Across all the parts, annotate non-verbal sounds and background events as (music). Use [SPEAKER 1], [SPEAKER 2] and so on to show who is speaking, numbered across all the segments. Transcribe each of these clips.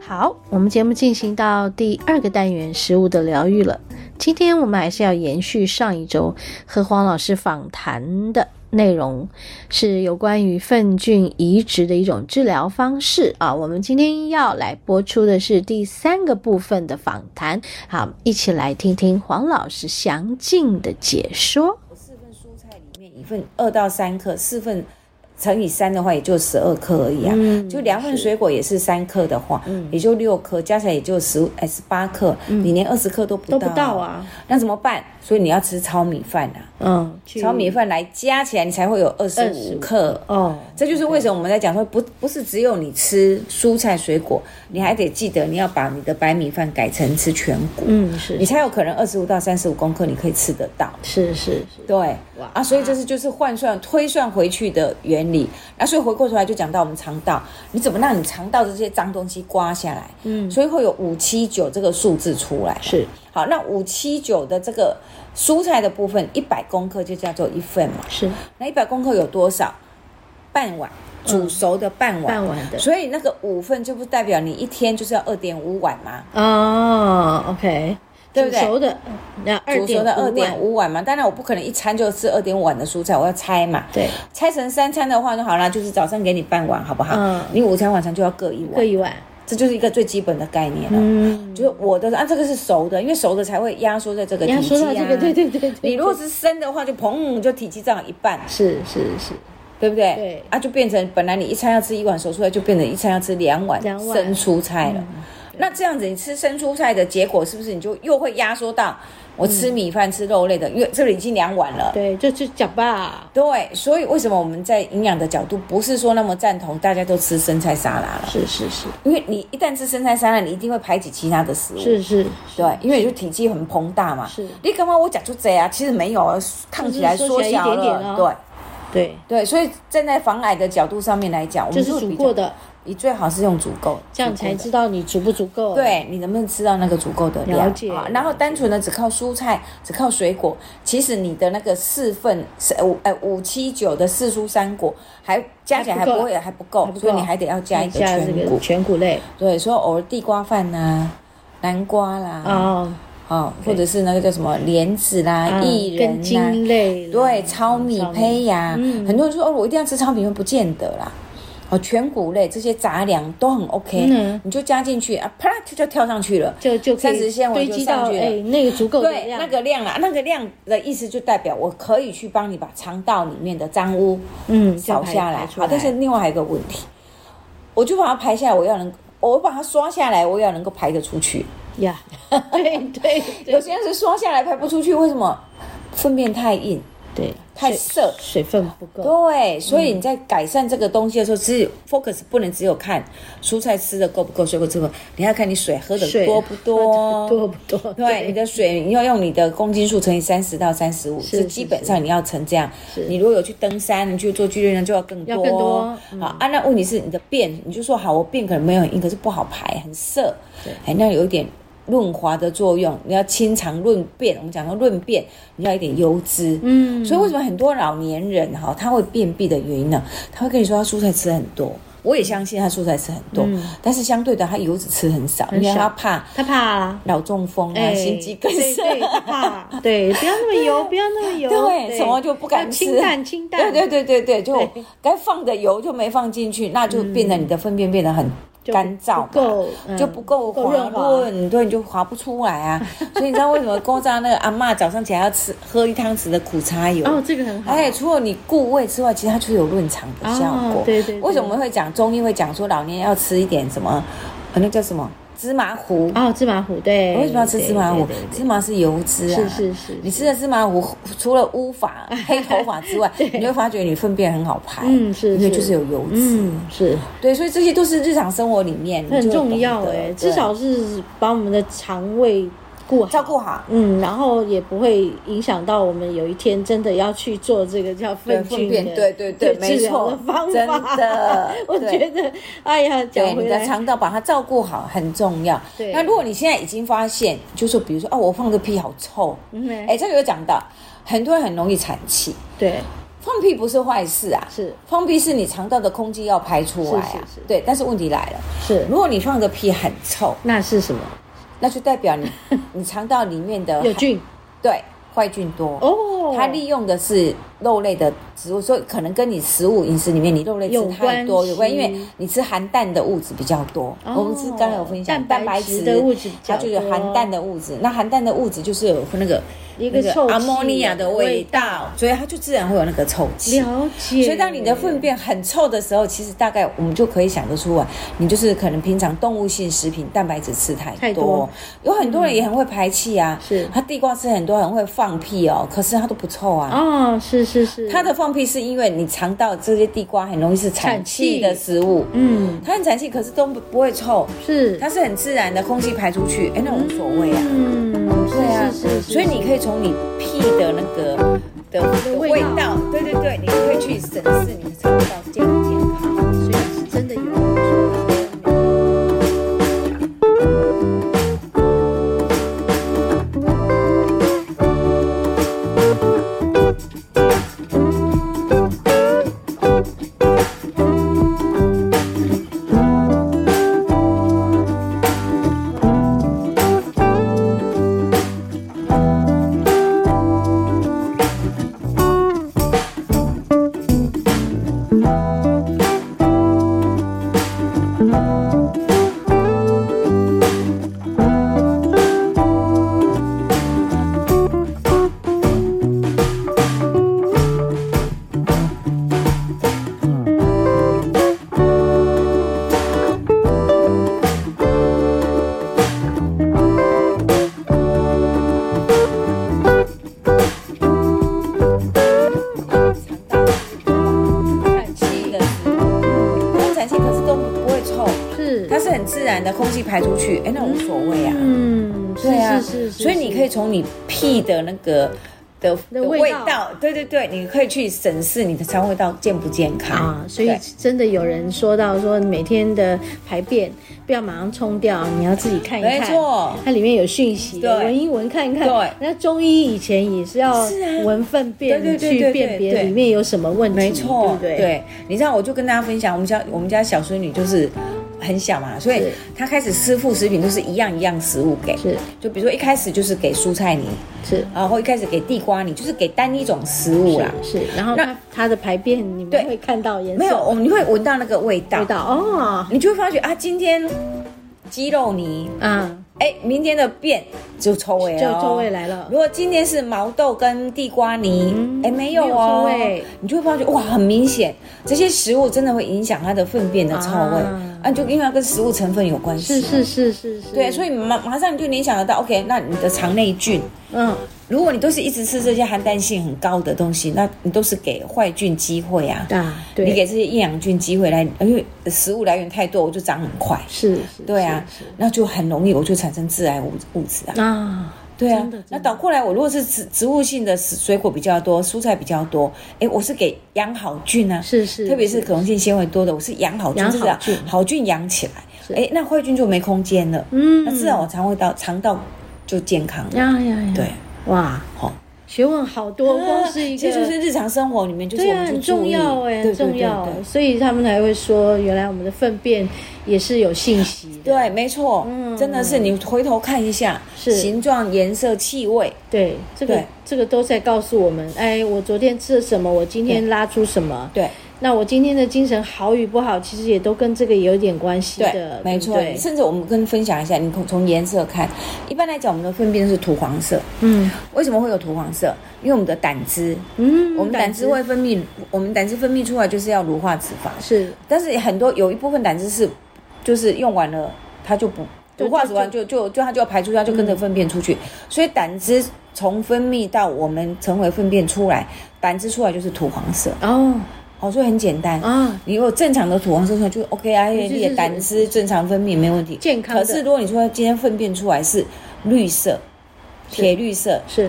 [SPEAKER 1] 好，我们节目进行到第二个单元食物的疗愈了。今天我们还是要延续上一周和黄老师访谈的内容，是有关于粪菌移植的一种治疗方式啊。我们今天要来播出的是第三个部分的访谈，好，一起来听听黄老师详尽的解说。
[SPEAKER 2] 四份蔬菜里面一份二到三克，四份乘以三的话，也就十二克而已啊。
[SPEAKER 1] 嗯
[SPEAKER 2] 就两份水果也是三克的话，
[SPEAKER 1] 嗯
[SPEAKER 2] 也就六克，加起来也就十哎十八克，你连二十克都不
[SPEAKER 1] 都
[SPEAKER 2] 到
[SPEAKER 1] 不到。啊，
[SPEAKER 2] 那怎么办？所以你要吃糙米饭啊，
[SPEAKER 1] 嗯，
[SPEAKER 2] 糙米饭来加起来，你才会有二十
[SPEAKER 1] 25
[SPEAKER 2] 五克。
[SPEAKER 1] 哦，
[SPEAKER 2] 这就是为什么我们在讲说不不是只有你吃蔬菜水果，你还得记得你要把你的白米饭改成吃全谷，
[SPEAKER 1] 嗯，是
[SPEAKER 2] 你才有可能二十五到三十五公克你可以吃得到。
[SPEAKER 1] 是是是，
[SPEAKER 2] 对
[SPEAKER 1] 哇
[SPEAKER 2] 啊，所以这是就是换算推算回去的原理。那、所以回过头来就讲到我们肠道，你怎么让你肠道的这些脏东西刮下来？
[SPEAKER 1] 嗯，
[SPEAKER 2] 所以会有五七九这个数字出来。
[SPEAKER 1] 是
[SPEAKER 2] 好，那五七九的这个蔬菜的部分，一百公克就叫做一份嘛。
[SPEAKER 1] 是
[SPEAKER 2] 那一百公克有多少？半碗煮熟的半碗。
[SPEAKER 1] 嗯半碗的
[SPEAKER 2] 所以那个五份就不代表你一天就是要二点五碗嘛，
[SPEAKER 1] 哦，OK，
[SPEAKER 2] 对不对
[SPEAKER 1] 煮熟的那二
[SPEAKER 2] 煮熟
[SPEAKER 1] 点
[SPEAKER 2] 的二点，五碗嘛。当然我不可能一餐就吃二点五碗的蔬菜，我要拆嘛。
[SPEAKER 1] 对，
[SPEAKER 2] 拆成三餐的话就好啦，就是早上给你半碗，好不好？
[SPEAKER 1] 嗯
[SPEAKER 2] 你午餐晚餐就要各一
[SPEAKER 1] 各
[SPEAKER 2] 碗，
[SPEAKER 1] 一碗，
[SPEAKER 2] 这就是一个最基本的概念了。
[SPEAKER 1] 嗯，
[SPEAKER 2] 就是我的啊，这个是熟的，因为熟的才会压缩在这个
[SPEAKER 1] 你
[SPEAKER 2] 体
[SPEAKER 1] 要说
[SPEAKER 2] 积
[SPEAKER 1] 到
[SPEAKER 2] 啊。
[SPEAKER 1] 这个，对对对对，对
[SPEAKER 2] 你如果是生的话，就砰就体积占了一半，
[SPEAKER 1] 是是是，
[SPEAKER 2] 对不对？
[SPEAKER 1] 对
[SPEAKER 2] 啊，就变成本来你一餐要吃一碗熟蔬菜，就变成一餐要吃两碗
[SPEAKER 1] 两碗
[SPEAKER 2] 生
[SPEAKER 1] 嗯
[SPEAKER 2] 蔬菜了。那这样子，你吃生蔬菜的结果是不是你就又会压缩到我吃米饭、吃肉类的？因为这里已经两碗了。
[SPEAKER 1] 对，就就讲吧，
[SPEAKER 2] 对，所以为什么我们在营养的角度不是说那么赞同大家都吃生菜沙拉了？
[SPEAKER 1] 是是是
[SPEAKER 2] 因为你一旦吃生菜沙拉，你一定会排挤其他的食物。
[SPEAKER 1] 是是，
[SPEAKER 2] 对，因为你就体积很膨大嘛。
[SPEAKER 1] 是
[SPEAKER 2] 你干嘛我讲出这啊？其实没有啊，看起来
[SPEAKER 1] 就是
[SPEAKER 2] 缩
[SPEAKER 1] 缩起来
[SPEAKER 2] 小了。
[SPEAKER 1] 一点点哦
[SPEAKER 2] 对
[SPEAKER 1] 对，
[SPEAKER 2] 对，所以站在防癌的角度上面来讲，我
[SPEAKER 1] 就
[SPEAKER 2] 们
[SPEAKER 1] 是
[SPEAKER 2] 会
[SPEAKER 1] 煮
[SPEAKER 2] 比较
[SPEAKER 1] 过，的，
[SPEAKER 2] 你最好是用足够，
[SPEAKER 1] 这样才
[SPEAKER 2] 足够的
[SPEAKER 1] 知道你足不足够，，啊
[SPEAKER 2] 对你能不能吃到那个足够的量？
[SPEAKER 1] 了解
[SPEAKER 2] 啊然后单纯的只靠蔬菜，只靠水果，其实你的那个四份是呃五呃五七九的四蔬三果，还加起来还
[SPEAKER 1] 还不
[SPEAKER 2] 不
[SPEAKER 1] 够
[SPEAKER 2] 会还不够，
[SPEAKER 1] 还不够
[SPEAKER 2] 所以你还得要加一个
[SPEAKER 1] 加这
[SPEAKER 2] 全
[SPEAKER 1] 个
[SPEAKER 2] 谷。
[SPEAKER 1] 全谷类
[SPEAKER 2] 对，所以偶尔地瓜饭呐、南瓜啦，啊、
[SPEAKER 1] 哦，对
[SPEAKER 2] 或者是那个叫什么莲子啦、
[SPEAKER 1] 啊
[SPEAKER 2] 薏
[SPEAKER 1] 根
[SPEAKER 2] 仁啦、
[SPEAKER 1] 茎类，
[SPEAKER 2] 对，糙米胚呀、
[SPEAKER 1] 嗯
[SPEAKER 2] 很多人说哦，我一定要吃糙米胚，不见得啦。哦，全谷类这些杂粮都很 OK，、
[SPEAKER 1] 嗯
[SPEAKER 2] 你就加进去啊，啪啦就就跳上去了。
[SPEAKER 1] 就就可
[SPEAKER 2] 膳食
[SPEAKER 1] 以
[SPEAKER 2] 纤维
[SPEAKER 1] 堆
[SPEAKER 2] 就
[SPEAKER 1] 积到
[SPEAKER 2] 上去了
[SPEAKER 1] 哎那个足够的
[SPEAKER 2] 对，
[SPEAKER 1] 量，
[SPEAKER 2] 那个量啦，那个量的意思就代表我可以去帮你把肠道里面的脏污
[SPEAKER 1] 嗯
[SPEAKER 2] 扫下来。好，但是
[SPEAKER 1] 是
[SPEAKER 2] 另外还有一个问题，我就把它排下来，我要能，我把它刷下来，我要能够排得出去。
[SPEAKER 1] 呀， (laughs) 对对
[SPEAKER 2] 有
[SPEAKER 1] 对
[SPEAKER 2] 些人是刷下来排不出去，为什么？粪便太硬，
[SPEAKER 1] 对，
[SPEAKER 2] 太
[SPEAKER 1] 水
[SPEAKER 2] 涩
[SPEAKER 1] 水分不够，
[SPEAKER 2] 对，所
[SPEAKER 1] 嗯
[SPEAKER 2] 以你在改善这个东西的时候，其实 focus 不能只有看蔬菜吃的够不够，水果吃不够，你还要看你水喝的
[SPEAKER 1] 水
[SPEAKER 2] 多不多。
[SPEAKER 1] 多不多？
[SPEAKER 2] 对，你的水你要用你的公斤数乘以三十到三十五，
[SPEAKER 1] 是
[SPEAKER 2] 这
[SPEAKER 1] 是
[SPEAKER 2] 基本上你要成这样
[SPEAKER 1] 是。
[SPEAKER 2] 你如果有去登山，你去做剧烈运动就要更多。
[SPEAKER 1] 要更多嗯
[SPEAKER 2] 好啊，那问题是你的便，你就说好，我便可能没有很硬，可是不好排，很涩
[SPEAKER 1] 对，
[SPEAKER 2] 哎，那有一点润滑的作用。你要清肠润便，我们讲到润便，你要一点油脂。
[SPEAKER 1] 嗯，
[SPEAKER 2] 所以为什么很多老年人哈、他会便秘的原因呢？他会跟你说他蔬菜吃很多，我也相信他蔬菜吃很多，
[SPEAKER 1] 嗯
[SPEAKER 2] 但是相对的他油脂吃很少，因
[SPEAKER 1] 很少
[SPEAKER 2] 为他怕
[SPEAKER 1] 他怕啦，
[SPEAKER 2] 脑中风啊、心肌梗
[SPEAKER 1] 哎对
[SPEAKER 2] 塞。(laughs)
[SPEAKER 1] 对，他怕，对，啊不要那么油，不要那么油，
[SPEAKER 2] 啊对什么就不敢
[SPEAKER 1] 要
[SPEAKER 2] 吃
[SPEAKER 1] 清淡清
[SPEAKER 2] 对
[SPEAKER 1] 淡，
[SPEAKER 2] 对对对对，就
[SPEAKER 1] 对嗯
[SPEAKER 2] 该放的油就没放进去，那就变成你的粪便变得很
[SPEAKER 1] 就
[SPEAKER 2] 干燥嘛
[SPEAKER 1] 不够嗯
[SPEAKER 2] 就不够
[SPEAKER 1] 不够啊
[SPEAKER 2] 滑
[SPEAKER 1] 润滑，
[SPEAKER 2] 润，对，你就滑不出来
[SPEAKER 1] (laughs)
[SPEAKER 2] 啊。所以你知道为什么锅渣那个阿嬷早上起来要吃喝一汤匙的苦茶油？
[SPEAKER 1] 哦，这个很好，
[SPEAKER 2] 哎，除了你固胃之外，其实它就有润肠的效果。
[SPEAKER 1] 哦对对对
[SPEAKER 2] 为什么会讲中医会讲说老年人要吃一点什么，呃那叫什么芝麻糊。
[SPEAKER 1] 哦，芝麻糊对。
[SPEAKER 2] 哎我为什么要吃芝麻糊
[SPEAKER 1] 对对？对
[SPEAKER 2] 芝麻是油脂啊。
[SPEAKER 1] 是是是，
[SPEAKER 2] 你吃了芝麻糊，除了乌发、
[SPEAKER 1] (laughs)
[SPEAKER 2] 黑头发之外，你会发觉你粪便很好排。
[SPEAKER 1] 嗯是
[SPEAKER 2] 因为
[SPEAKER 1] 是
[SPEAKER 2] 就是有油脂。
[SPEAKER 1] 嗯是，
[SPEAKER 2] 对，所以这些都是日常生活里面你
[SPEAKER 1] 很
[SPEAKER 2] 就会
[SPEAKER 1] 重要
[SPEAKER 2] 懂得
[SPEAKER 1] 哎、
[SPEAKER 2] 对
[SPEAKER 1] 至少是把我们的肠胃顾好。
[SPEAKER 2] 照顾好。
[SPEAKER 1] 嗯，然后也不会影响到我们有一天真的要去做这个叫
[SPEAKER 2] 对
[SPEAKER 1] 粪
[SPEAKER 2] 粪
[SPEAKER 1] 菌
[SPEAKER 2] 便，
[SPEAKER 1] 的
[SPEAKER 2] 对对对，
[SPEAKER 1] 治
[SPEAKER 2] 没
[SPEAKER 1] 疗
[SPEAKER 2] 错
[SPEAKER 1] 的方，
[SPEAKER 2] 真
[SPEAKER 1] 法。，
[SPEAKER 2] 的
[SPEAKER 1] (laughs) 我
[SPEAKER 2] 对
[SPEAKER 1] 觉得，哎呀，
[SPEAKER 2] 对
[SPEAKER 1] 讲
[SPEAKER 2] 你
[SPEAKER 1] 回
[SPEAKER 2] 的
[SPEAKER 1] 来，
[SPEAKER 2] 肠道把它照顾好很重要。
[SPEAKER 1] 对
[SPEAKER 2] 那如果你现在已经发现，就说比如说哦，我放个屁好臭，
[SPEAKER 1] 嗯
[SPEAKER 2] 哎、这个有讲到，很多人很容易产气，
[SPEAKER 1] 对，
[SPEAKER 2] 放屁不是坏事啊，
[SPEAKER 1] 是
[SPEAKER 2] 放屁是你肠道的空气要排出来啊，
[SPEAKER 1] 是是是
[SPEAKER 2] 对。但是问题来了，
[SPEAKER 1] 是，
[SPEAKER 2] 如果你放个屁很臭，
[SPEAKER 1] 那是什么？
[SPEAKER 2] 那就代表
[SPEAKER 1] (laughs)
[SPEAKER 2] 你你肠道里面的
[SPEAKER 1] 有菌
[SPEAKER 2] 对坏菌多。
[SPEAKER 1] 哦，
[SPEAKER 2] 它利用的是肉类的植物，所以可能跟你食物饮食里面你肉类吃
[SPEAKER 1] 有
[SPEAKER 2] 太多有关，
[SPEAKER 1] 关系
[SPEAKER 2] 因为你吃含氮的物质比较多。
[SPEAKER 1] 哦
[SPEAKER 2] 我们吃刚才有分享
[SPEAKER 1] 蛋白质的物质比较
[SPEAKER 2] 它
[SPEAKER 1] 多
[SPEAKER 2] 就有含氮的物质，那含氮的物质就是有那个
[SPEAKER 1] 一个臭
[SPEAKER 2] 阿
[SPEAKER 1] 气
[SPEAKER 2] 莫尼亚的味道，所以它就自然会有那个臭气。
[SPEAKER 1] 了解，
[SPEAKER 2] 所以当你的粪便很臭的时候，其实大概我们就可以想得出来，你就是可能平常动物性食品蛋白质吃太多，
[SPEAKER 1] 太多嗯
[SPEAKER 2] 有很多人也很会排气啊，
[SPEAKER 1] 是
[SPEAKER 2] 他地瓜吃很多很会放屁哦，可是他都不臭啊。
[SPEAKER 1] 哦，是是是，
[SPEAKER 2] 他的放屁是因为你肠道这些地瓜很容易是产气的
[SPEAKER 1] 产气
[SPEAKER 2] 食物，
[SPEAKER 1] 嗯
[SPEAKER 2] 它很产气，可是都不不会臭，
[SPEAKER 1] 是，
[SPEAKER 2] 它是很自然的空气排出去，哎，那无所谓啊。
[SPEAKER 1] 嗯，
[SPEAKER 2] 对啊，
[SPEAKER 1] 是是是，
[SPEAKER 2] 所以你可以从你屁的那个的的
[SPEAKER 1] 味
[SPEAKER 2] 味
[SPEAKER 1] 道
[SPEAKER 2] 道，对对对，你可以去审视你的肠道健不健康。
[SPEAKER 1] 所以是真的有人说。
[SPEAKER 2] 产气的食物，它嗯产气可是都不会臭，
[SPEAKER 1] 是，
[SPEAKER 2] 它是很自然的空气排出去，哎，那无所谓啊。
[SPEAKER 1] 嗯，是
[SPEAKER 2] 对啊，
[SPEAKER 1] 是是是，
[SPEAKER 2] 所以你可以
[SPEAKER 1] 是
[SPEAKER 2] 从你屁的那个的
[SPEAKER 1] 的
[SPEAKER 2] 的
[SPEAKER 1] 味
[SPEAKER 2] 味
[SPEAKER 1] 道
[SPEAKER 2] 道，对对对，你可以去审视你的肠胃道健不健康
[SPEAKER 1] 啊，所以
[SPEAKER 2] 对
[SPEAKER 1] 真的有人说到说每天的排便不要马上冲掉，你要自己看一看，
[SPEAKER 2] 没错
[SPEAKER 1] 它里面有讯息，
[SPEAKER 2] 对
[SPEAKER 1] 闻一闻看一看。
[SPEAKER 2] 对
[SPEAKER 1] 那中医以前也是要
[SPEAKER 2] 是啊
[SPEAKER 1] 闻粪便
[SPEAKER 2] 对对对
[SPEAKER 1] 去
[SPEAKER 2] 对
[SPEAKER 1] 辨
[SPEAKER 2] 对
[SPEAKER 1] 别
[SPEAKER 2] 对
[SPEAKER 1] 里面有什么问题，
[SPEAKER 2] 没错，
[SPEAKER 1] 对不对？
[SPEAKER 2] 对，你知道，我就跟大家分享，我们家我们家小孙女就是很小嘛，所以
[SPEAKER 1] 是
[SPEAKER 2] 她开始吃副食品都是一样一样食物给，
[SPEAKER 1] 是
[SPEAKER 2] 就比如说一开始就是给蔬菜泥，
[SPEAKER 1] 是
[SPEAKER 2] 然后一开始给地瓜泥，就是给单一种食物啦。
[SPEAKER 1] 是，然后
[SPEAKER 2] 啊那
[SPEAKER 1] 它它的排便你们
[SPEAKER 2] 对
[SPEAKER 1] 会看到颜色
[SPEAKER 2] 没有，我们会闻到那个味道，
[SPEAKER 1] 味道哦，
[SPEAKER 2] 你就会发觉啊，今天鸡肉泥，
[SPEAKER 1] 啊，
[SPEAKER 2] 哎，明天的便就臭味
[SPEAKER 1] 就
[SPEAKER 2] 了哦
[SPEAKER 1] 臭味。来了
[SPEAKER 2] 如，果今天是毛豆跟地瓜泥，哎、
[SPEAKER 1] 嗯
[SPEAKER 2] 没有
[SPEAKER 1] 没有臭
[SPEAKER 2] 哦，
[SPEAKER 1] 味
[SPEAKER 2] 你就会发觉哇，很明显，这些食物真的会影响它的粪便的臭味
[SPEAKER 1] 啊
[SPEAKER 2] 啊就因为它跟食物成分有关系。
[SPEAKER 1] 是是是是是，
[SPEAKER 2] 对，所
[SPEAKER 1] 以
[SPEAKER 2] 以马马上你就联想得到，OK，那你的肠内菌，
[SPEAKER 1] 嗯
[SPEAKER 2] 如果你都是一直吃这些含氮性很高的东西，那你都是给坏菌机会啊，
[SPEAKER 1] 啊，
[SPEAKER 2] 你
[SPEAKER 1] 对，
[SPEAKER 2] 给这些厌氧菌机会来，因为食物来源太多，我就长很快，
[SPEAKER 1] 是是，
[SPEAKER 2] 对啊
[SPEAKER 1] 是，
[SPEAKER 2] 那就很容易我就产生致癌物物质啊。
[SPEAKER 1] 是啊，
[SPEAKER 2] 对啊
[SPEAKER 1] 真的真，
[SPEAKER 2] 那
[SPEAKER 1] 的
[SPEAKER 2] 倒过来，我如果是植植物性的食水果比较多，蔬菜比较多，哎，我是给养好菌啊，
[SPEAKER 1] 是是，
[SPEAKER 2] 特别是可溶性纤维多的，我是养好菌，
[SPEAKER 1] 养好
[SPEAKER 2] 这个
[SPEAKER 1] 菌
[SPEAKER 2] 好菌养起
[SPEAKER 1] 是
[SPEAKER 2] 来，哎，那坏菌就没空间了，
[SPEAKER 1] 嗯
[SPEAKER 2] 那自然我肠胃道肠道就健康了，
[SPEAKER 1] 呀呀呀！
[SPEAKER 2] 对，，
[SPEAKER 1] 哇，
[SPEAKER 2] 好，
[SPEAKER 1] 学问好多，嗯光是一个，
[SPEAKER 2] 这就是日常生活里面，就是
[SPEAKER 1] 对
[SPEAKER 2] 我
[SPEAKER 1] 啊，
[SPEAKER 2] 们就
[SPEAKER 1] 很重要哎，很重要
[SPEAKER 2] 对对
[SPEAKER 1] 欸，所以他们才会说，原来我们的粪便也是有信息的，
[SPEAKER 2] 对，没错，
[SPEAKER 1] 嗯
[SPEAKER 2] 真的是你回头看一下，
[SPEAKER 1] 是
[SPEAKER 2] 形状、颜色、气味，
[SPEAKER 1] 对，这个
[SPEAKER 2] 对
[SPEAKER 1] 这个都在告诉我们，哎，我昨天吃了什么，我今天拉出什么，
[SPEAKER 2] 对。
[SPEAKER 1] 那我今天的精神好与不好，其实也都跟这个有点关系的，对不
[SPEAKER 2] 没错。
[SPEAKER 1] 对
[SPEAKER 2] 甚至我们跟分享一下，你从从颜色看，一般来讲，我们的粪便是土黄色。
[SPEAKER 1] 嗯
[SPEAKER 2] 为什么会有土黄色？因为我们的胆汁，
[SPEAKER 1] 嗯，
[SPEAKER 2] 我们胆汁会分泌，我们胆汁分泌出来就是要乳化脂肪，
[SPEAKER 1] 是
[SPEAKER 2] 但是很多有一部分胆汁是，就是用完了它就不乳化死亡就就就它就要排出，它就跟着粪便出去。
[SPEAKER 1] 嗯
[SPEAKER 2] 所以胆汁从分泌到我们成为粪便出来，胆汁出来就是土黄色。
[SPEAKER 1] 哦
[SPEAKER 2] 哦，所以很简单。
[SPEAKER 1] 啊，
[SPEAKER 2] 你如果正常的土黄色出来就 OK 啊，
[SPEAKER 1] 是
[SPEAKER 2] 你的
[SPEAKER 1] 是
[SPEAKER 2] 胆汁正常分泌没问题。
[SPEAKER 1] 健康的
[SPEAKER 2] 可是如果你说今天粪便出来是绿色，铁绿色，
[SPEAKER 1] 是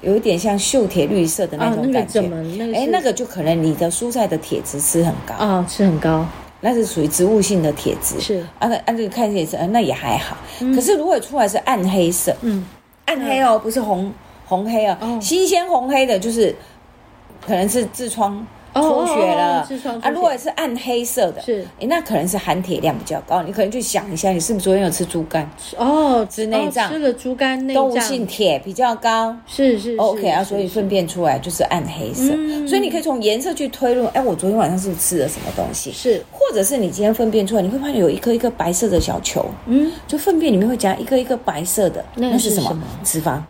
[SPEAKER 2] 有一点像锈铁绿色的那
[SPEAKER 1] 啊，
[SPEAKER 2] 种
[SPEAKER 1] 那个
[SPEAKER 2] 感觉
[SPEAKER 1] 怎。么那个
[SPEAKER 2] 哎、
[SPEAKER 1] 是
[SPEAKER 2] 那个就可能你的蔬菜的铁质吃很高，
[SPEAKER 1] 啊是很高，
[SPEAKER 2] 那是属于植物性的铁质。
[SPEAKER 1] 是
[SPEAKER 2] 啊，那啊，那个看起来是，呃那也还好。可是如果出来是暗黑色，
[SPEAKER 1] 嗯
[SPEAKER 2] 暗黑哦，不是红红黑哦，
[SPEAKER 1] 哦
[SPEAKER 2] 新鲜红黑的，就是可能是痔疮
[SPEAKER 1] 哦
[SPEAKER 2] 出血
[SPEAKER 1] 哦哦
[SPEAKER 2] 了
[SPEAKER 1] 痔疮出血
[SPEAKER 2] 啊。如果是暗黑色的，
[SPEAKER 1] 是
[SPEAKER 2] 诶那可能是含铁量比较高。你可能去想一下，你是不是昨天有吃猪肝？
[SPEAKER 1] 哦
[SPEAKER 2] 吃内脏
[SPEAKER 1] 哦吃了猪肝内
[SPEAKER 2] 动物
[SPEAKER 1] 脏
[SPEAKER 2] 性铁比较高。
[SPEAKER 1] 是是
[SPEAKER 2] OK 啊，
[SPEAKER 1] 是
[SPEAKER 2] 所以
[SPEAKER 1] 是
[SPEAKER 2] 粪便出来就是暗黑色，
[SPEAKER 1] 嗯
[SPEAKER 2] 所以你可以从颜色去推论，哎，我昨天晚上是不是吃了什么东西？
[SPEAKER 1] 是
[SPEAKER 2] 或者是你今天粪便出来，你会发现有一颗一颗白色的小球，
[SPEAKER 1] 嗯
[SPEAKER 2] 就粪便里面会夹一颗一颗白色的，
[SPEAKER 1] 那
[SPEAKER 2] 那是
[SPEAKER 1] 是
[SPEAKER 2] 什么？
[SPEAKER 1] 什么
[SPEAKER 2] 脂肪，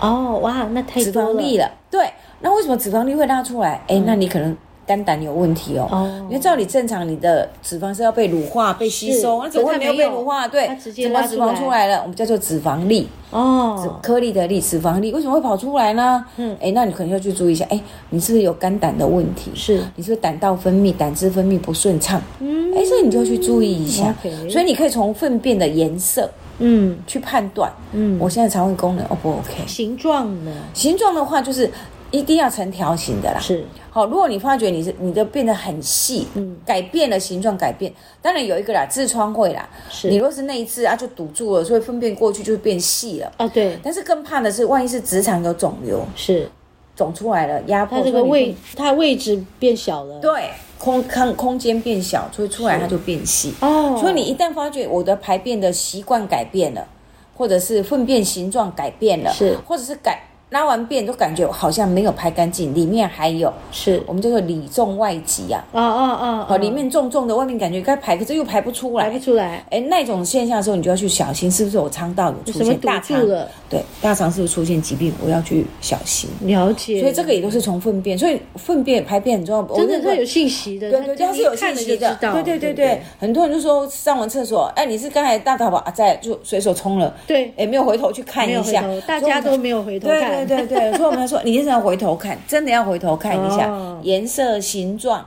[SPEAKER 1] 哦哇那太
[SPEAKER 2] 脂
[SPEAKER 1] 多
[SPEAKER 2] 肪
[SPEAKER 1] 了嗯
[SPEAKER 2] 粒了。对，那为什么脂肪粒会拉出来？哎、那你可能肝胆有问题哦。
[SPEAKER 1] 哦
[SPEAKER 2] 因为照理正常，你的脂肪是要被乳化、被吸收，
[SPEAKER 1] 是
[SPEAKER 2] 那怎么
[SPEAKER 1] 可
[SPEAKER 2] 会
[SPEAKER 1] 是它
[SPEAKER 2] 没有
[SPEAKER 1] 没
[SPEAKER 2] 被
[SPEAKER 1] 有
[SPEAKER 2] 乳化？对
[SPEAKER 1] 它，直接
[SPEAKER 2] 怎么
[SPEAKER 1] 拉
[SPEAKER 2] 脂
[SPEAKER 1] 出
[SPEAKER 2] 肪
[SPEAKER 1] 来
[SPEAKER 2] 出来了？我们叫做脂肪粒，脂
[SPEAKER 1] 哦
[SPEAKER 2] 颗粒的粒，脂肪粒为什么会跑出来呢？嗯，哎，那你可能要去注意一下，哎，你是不是有肝胆的问题？
[SPEAKER 1] 是
[SPEAKER 2] 你是不是胆道分泌、胆汁分泌不顺畅？嗯，哎，所以你就要去注意一下。
[SPEAKER 1] OK
[SPEAKER 2] 所以你可以从粪便的颜色
[SPEAKER 1] 嗯
[SPEAKER 2] 去判断，
[SPEAKER 1] 嗯
[SPEAKER 2] 我现在肠胃功能 O 不 OK？
[SPEAKER 1] 形状呢
[SPEAKER 2] 形状的话，就是一定要成条形的啦。
[SPEAKER 1] 是
[SPEAKER 2] 好，如果你发觉你是你的变得很细，
[SPEAKER 1] 嗯
[SPEAKER 2] 改变了形状，改变，当然有一个啦，痔疮会啦。
[SPEAKER 1] 是
[SPEAKER 2] 你若是那一次啊，就堵住了，所以粪便过去就变细了。
[SPEAKER 1] 哦对
[SPEAKER 2] 但是更怕的是，万一是直肠有肿瘤，
[SPEAKER 1] 是
[SPEAKER 2] 肿出来了，压迫
[SPEAKER 1] 它这个
[SPEAKER 2] 所以你
[SPEAKER 1] 位
[SPEAKER 2] 不
[SPEAKER 1] 它位置变小了
[SPEAKER 2] 对空空空间变小，所以出来它就变细。
[SPEAKER 1] 哦
[SPEAKER 2] 所以你一旦发觉我的排便的习惯改变了，或者是粪便形状改变了，
[SPEAKER 1] 是
[SPEAKER 2] 或者是改拉完便都感觉好像没有排干净，里面还有，
[SPEAKER 1] 是
[SPEAKER 2] 我们叫做里重外急啊，
[SPEAKER 1] 哦哦哦
[SPEAKER 2] 哦，里面重重的，外面感觉该排，可是又排不出
[SPEAKER 1] 排
[SPEAKER 2] 来
[SPEAKER 1] 不。出来
[SPEAKER 2] 哎，那种现象的时候，你就要去小心，是不是我肠道有出
[SPEAKER 1] 哦什么
[SPEAKER 2] 现
[SPEAKER 1] 堵
[SPEAKER 2] 大肠
[SPEAKER 1] 住？了
[SPEAKER 2] 对，大肠是不是出现疾病？我要去小心。
[SPEAKER 1] 了解
[SPEAKER 2] 所以这个也都是从粪便，所以粪便排便很重要。我
[SPEAKER 1] 真的
[SPEAKER 2] 认为
[SPEAKER 1] 它有信息的
[SPEAKER 2] 对对对，它是有信息的。对对对对，很多人就说上完厕所，哎，你是刚才大逃跑啊，在就随手冲了，
[SPEAKER 1] 对
[SPEAKER 2] 也没有回头去看
[SPEAKER 1] 没有
[SPEAKER 2] 一
[SPEAKER 1] 回
[SPEAKER 2] 下
[SPEAKER 1] 头，，大家都没有回头
[SPEAKER 2] 对
[SPEAKER 1] 看
[SPEAKER 2] 对对对，
[SPEAKER 1] (laughs)
[SPEAKER 2] 所以我们说，你是要回头看，真的要回头看一下
[SPEAKER 1] 哦
[SPEAKER 2] 颜色、形状、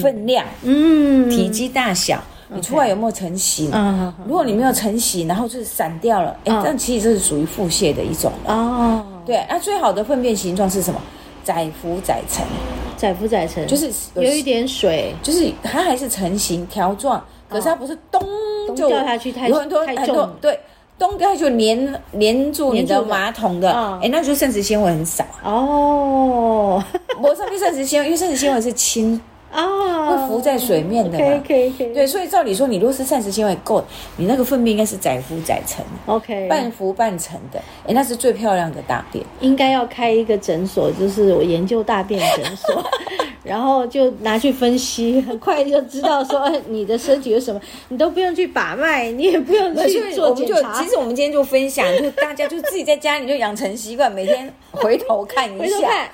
[SPEAKER 2] 分量、
[SPEAKER 1] 嗯
[SPEAKER 2] 体积大小，你出来有没有成型？
[SPEAKER 1] 啊
[SPEAKER 2] 如果你没有成型，然后就是散掉了，哎，
[SPEAKER 1] 嗯
[SPEAKER 2] 这样其实这是属于腹泻的一种了。
[SPEAKER 1] 哦，
[SPEAKER 2] 对，那最好的粪便形状是什么？载浮载沉，
[SPEAKER 1] 载浮载沉
[SPEAKER 2] 就是
[SPEAKER 1] 有一点水
[SPEAKER 2] 就是它还是成型条状，可是它不是咚就
[SPEAKER 1] 掉下去太
[SPEAKER 2] 有很多
[SPEAKER 1] 太
[SPEAKER 2] 很
[SPEAKER 1] 重
[SPEAKER 2] 多
[SPEAKER 1] 了
[SPEAKER 2] 对，咚掉下去就粘粘住你
[SPEAKER 1] 粘住
[SPEAKER 2] 的
[SPEAKER 1] 了
[SPEAKER 2] 马桶的，
[SPEAKER 1] 嗯
[SPEAKER 2] 哎、那就膳食纤维很少。
[SPEAKER 1] (laughs) 哦
[SPEAKER 2] 我上面膳食纤维，因为膳食纤维是轻，
[SPEAKER 1] 啊，
[SPEAKER 2] 会浮在水面的
[SPEAKER 1] OK
[SPEAKER 2] 嘛。
[SPEAKER 1] OK OK
[SPEAKER 2] 对，所以照理说，你如果是膳食纤维够，你那个粪便应该是载浮载沉，
[SPEAKER 1] OK，
[SPEAKER 2] 半浮半沉的，哎，那是最漂亮的大便。
[SPEAKER 1] 应该要开一个诊所，就是我研究大便诊
[SPEAKER 2] (laughs)
[SPEAKER 1] 所，然后就拿去分析， (laughs) 很快就知道说哎你的身体有什么，你都不用去把脉，你也不用
[SPEAKER 2] 对所
[SPEAKER 1] 去
[SPEAKER 2] 以
[SPEAKER 1] 做
[SPEAKER 2] 我们
[SPEAKER 1] 检
[SPEAKER 2] 就
[SPEAKER 1] 查
[SPEAKER 2] 其。实我们今天就分享，就大家就自己在家里就养成习惯，每天回头看一
[SPEAKER 1] (laughs) 回头
[SPEAKER 2] 下。
[SPEAKER 1] 看，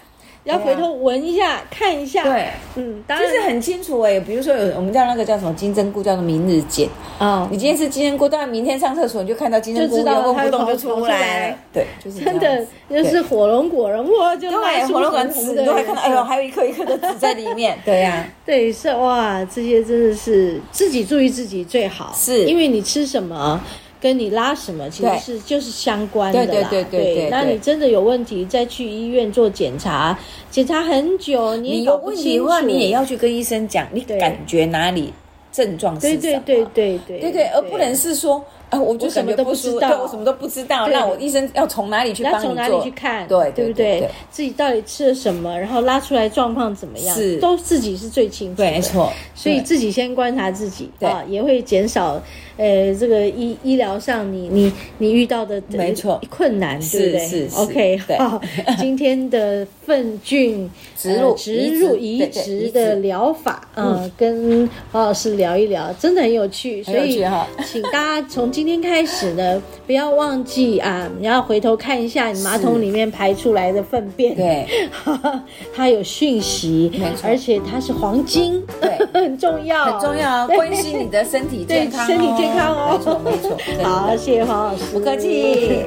[SPEAKER 1] 要
[SPEAKER 2] 对啊
[SPEAKER 1] 回头闻一下，看一下。
[SPEAKER 2] 对，
[SPEAKER 1] 嗯，当
[SPEAKER 2] 就
[SPEAKER 1] 然
[SPEAKER 2] 是很清楚哎、比如说有我们叫那个叫什么金针菇，叫做明日见。
[SPEAKER 1] 哦
[SPEAKER 2] 你，今天吃金针菇，当然明天上厕所你就看到金针菇
[SPEAKER 1] 就知道
[SPEAKER 2] 原封不
[SPEAKER 1] 它会
[SPEAKER 2] 动就
[SPEAKER 1] 跑跑
[SPEAKER 2] 出
[SPEAKER 1] 出
[SPEAKER 2] 来
[SPEAKER 1] 来
[SPEAKER 2] 了。对，就是这
[SPEAKER 1] 真
[SPEAKER 2] 样
[SPEAKER 1] 的
[SPEAKER 2] 子
[SPEAKER 1] 就是火龙果仁，哇，就卖
[SPEAKER 2] 嗯对，
[SPEAKER 1] 出
[SPEAKER 2] 火龙果
[SPEAKER 1] 红红
[SPEAKER 2] 籽
[SPEAKER 1] 的
[SPEAKER 2] 你都会看到，哎呦，还有一颗一颗的籽在里面。对呀、
[SPEAKER 1] (laughs) 对，啊是哇，这些真的是自己注意自己最好，
[SPEAKER 2] 是
[SPEAKER 1] 因为你吃什么。跟你拉什么其
[SPEAKER 2] 对
[SPEAKER 1] 实是就是相关的啦，
[SPEAKER 2] 对对对对对对
[SPEAKER 1] 那你真的有问题，再去医院做检查，检查很久，你
[SPEAKER 2] 你
[SPEAKER 1] 也
[SPEAKER 2] 有
[SPEAKER 1] 搞不
[SPEAKER 2] 问
[SPEAKER 1] 清
[SPEAKER 2] 题的
[SPEAKER 1] 楚。
[SPEAKER 2] 话，你也要去跟医生讲，你
[SPEAKER 1] 对
[SPEAKER 2] 感觉哪里症状是
[SPEAKER 1] 对
[SPEAKER 2] 什么。
[SPEAKER 1] 对对对对
[SPEAKER 2] 对对，而不能是说啊，我就
[SPEAKER 1] 我什
[SPEAKER 2] 感
[SPEAKER 1] 么
[SPEAKER 2] 觉
[SPEAKER 1] 都不
[SPEAKER 2] 舒
[SPEAKER 1] 知道
[SPEAKER 2] 对我什么都不知道，
[SPEAKER 1] 对
[SPEAKER 2] 那我医生要从哪里去
[SPEAKER 1] 你
[SPEAKER 2] 帮
[SPEAKER 1] 要
[SPEAKER 2] 你做？
[SPEAKER 1] 从哪里去看，
[SPEAKER 2] 对
[SPEAKER 1] 对
[SPEAKER 2] 对
[SPEAKER 1] 不
[SPEAKER 2] 对对
[SPEAKER 1] 自己到底吃了什么，然后拉出来状况怎么样，
[SPEAKER 2] 是
[SPEAKER 1] 都自己是最清楚
[SPEAKER 2] 对，
[SPEAKER 1] 的。
[SPEAKER 2] 没错。
[SPEAKER 1] 所以
[SPEAKER 2] 对
[SPEAKER 1] 自己先观察自己，
[SPEAKER 2] 对
[SPEAKER 1] 啊，也会减少，呃，这个医医疗上你你你遇到的呃
[SPEAKER 2] 没错
[SPEAKER 1] 困难，对不对
[SPEAKER 2] 是是
[SPEAKER 1] o k
[SPEAKER 2] 对
[SPEAKER 1] 好，今天的粪菌
[SPEAKER 2] (laughs) 植入
[SPEAKER 1] 呃植入
[SPEAKER 2] 移
[SPEAKER 1] 移
[SPEAKER 2] 植对对移
[SPEAKER 1] 植
[SPEAKER 2] 植
[SPEAKER 1] 的疗啊法，嗯，跟黄老师聊一聊，真的很有趣，
[SPEAKER 2] 很
[SPEAKER 1] 所
[SPEAKER 2] 有趣
[SPEAKER 1] 以
[SPEAKER 2] 哈
[SPEAKER 1] (laughs) 请大家从今今天开始呢，不要忘记啊，你要回头看一下你马桶里面排出来的粪便，
[SPEAKER 2] 对
[SPEAKER 1] (laughs) 它有讯息
[SPEAKER 2] 没，错
[SPEAKER 1] 而且它是黄金，
[SPEAKER 2] 对，
[SPEAKER 1] (laughs) 很重要，
[SPEAKER 2] 很重。要，哦
[SPEAKER 1] 对
[SPEAKER 2] 关心你的身体健康、哦，
[SPEAKER 1] 哦对身体健康哦
[SPEAKER 2] 没错没错，真的
[SPEAKER 1] (laughs) 好，谢谢黄老师，
[SPEAKER 2] 不客气。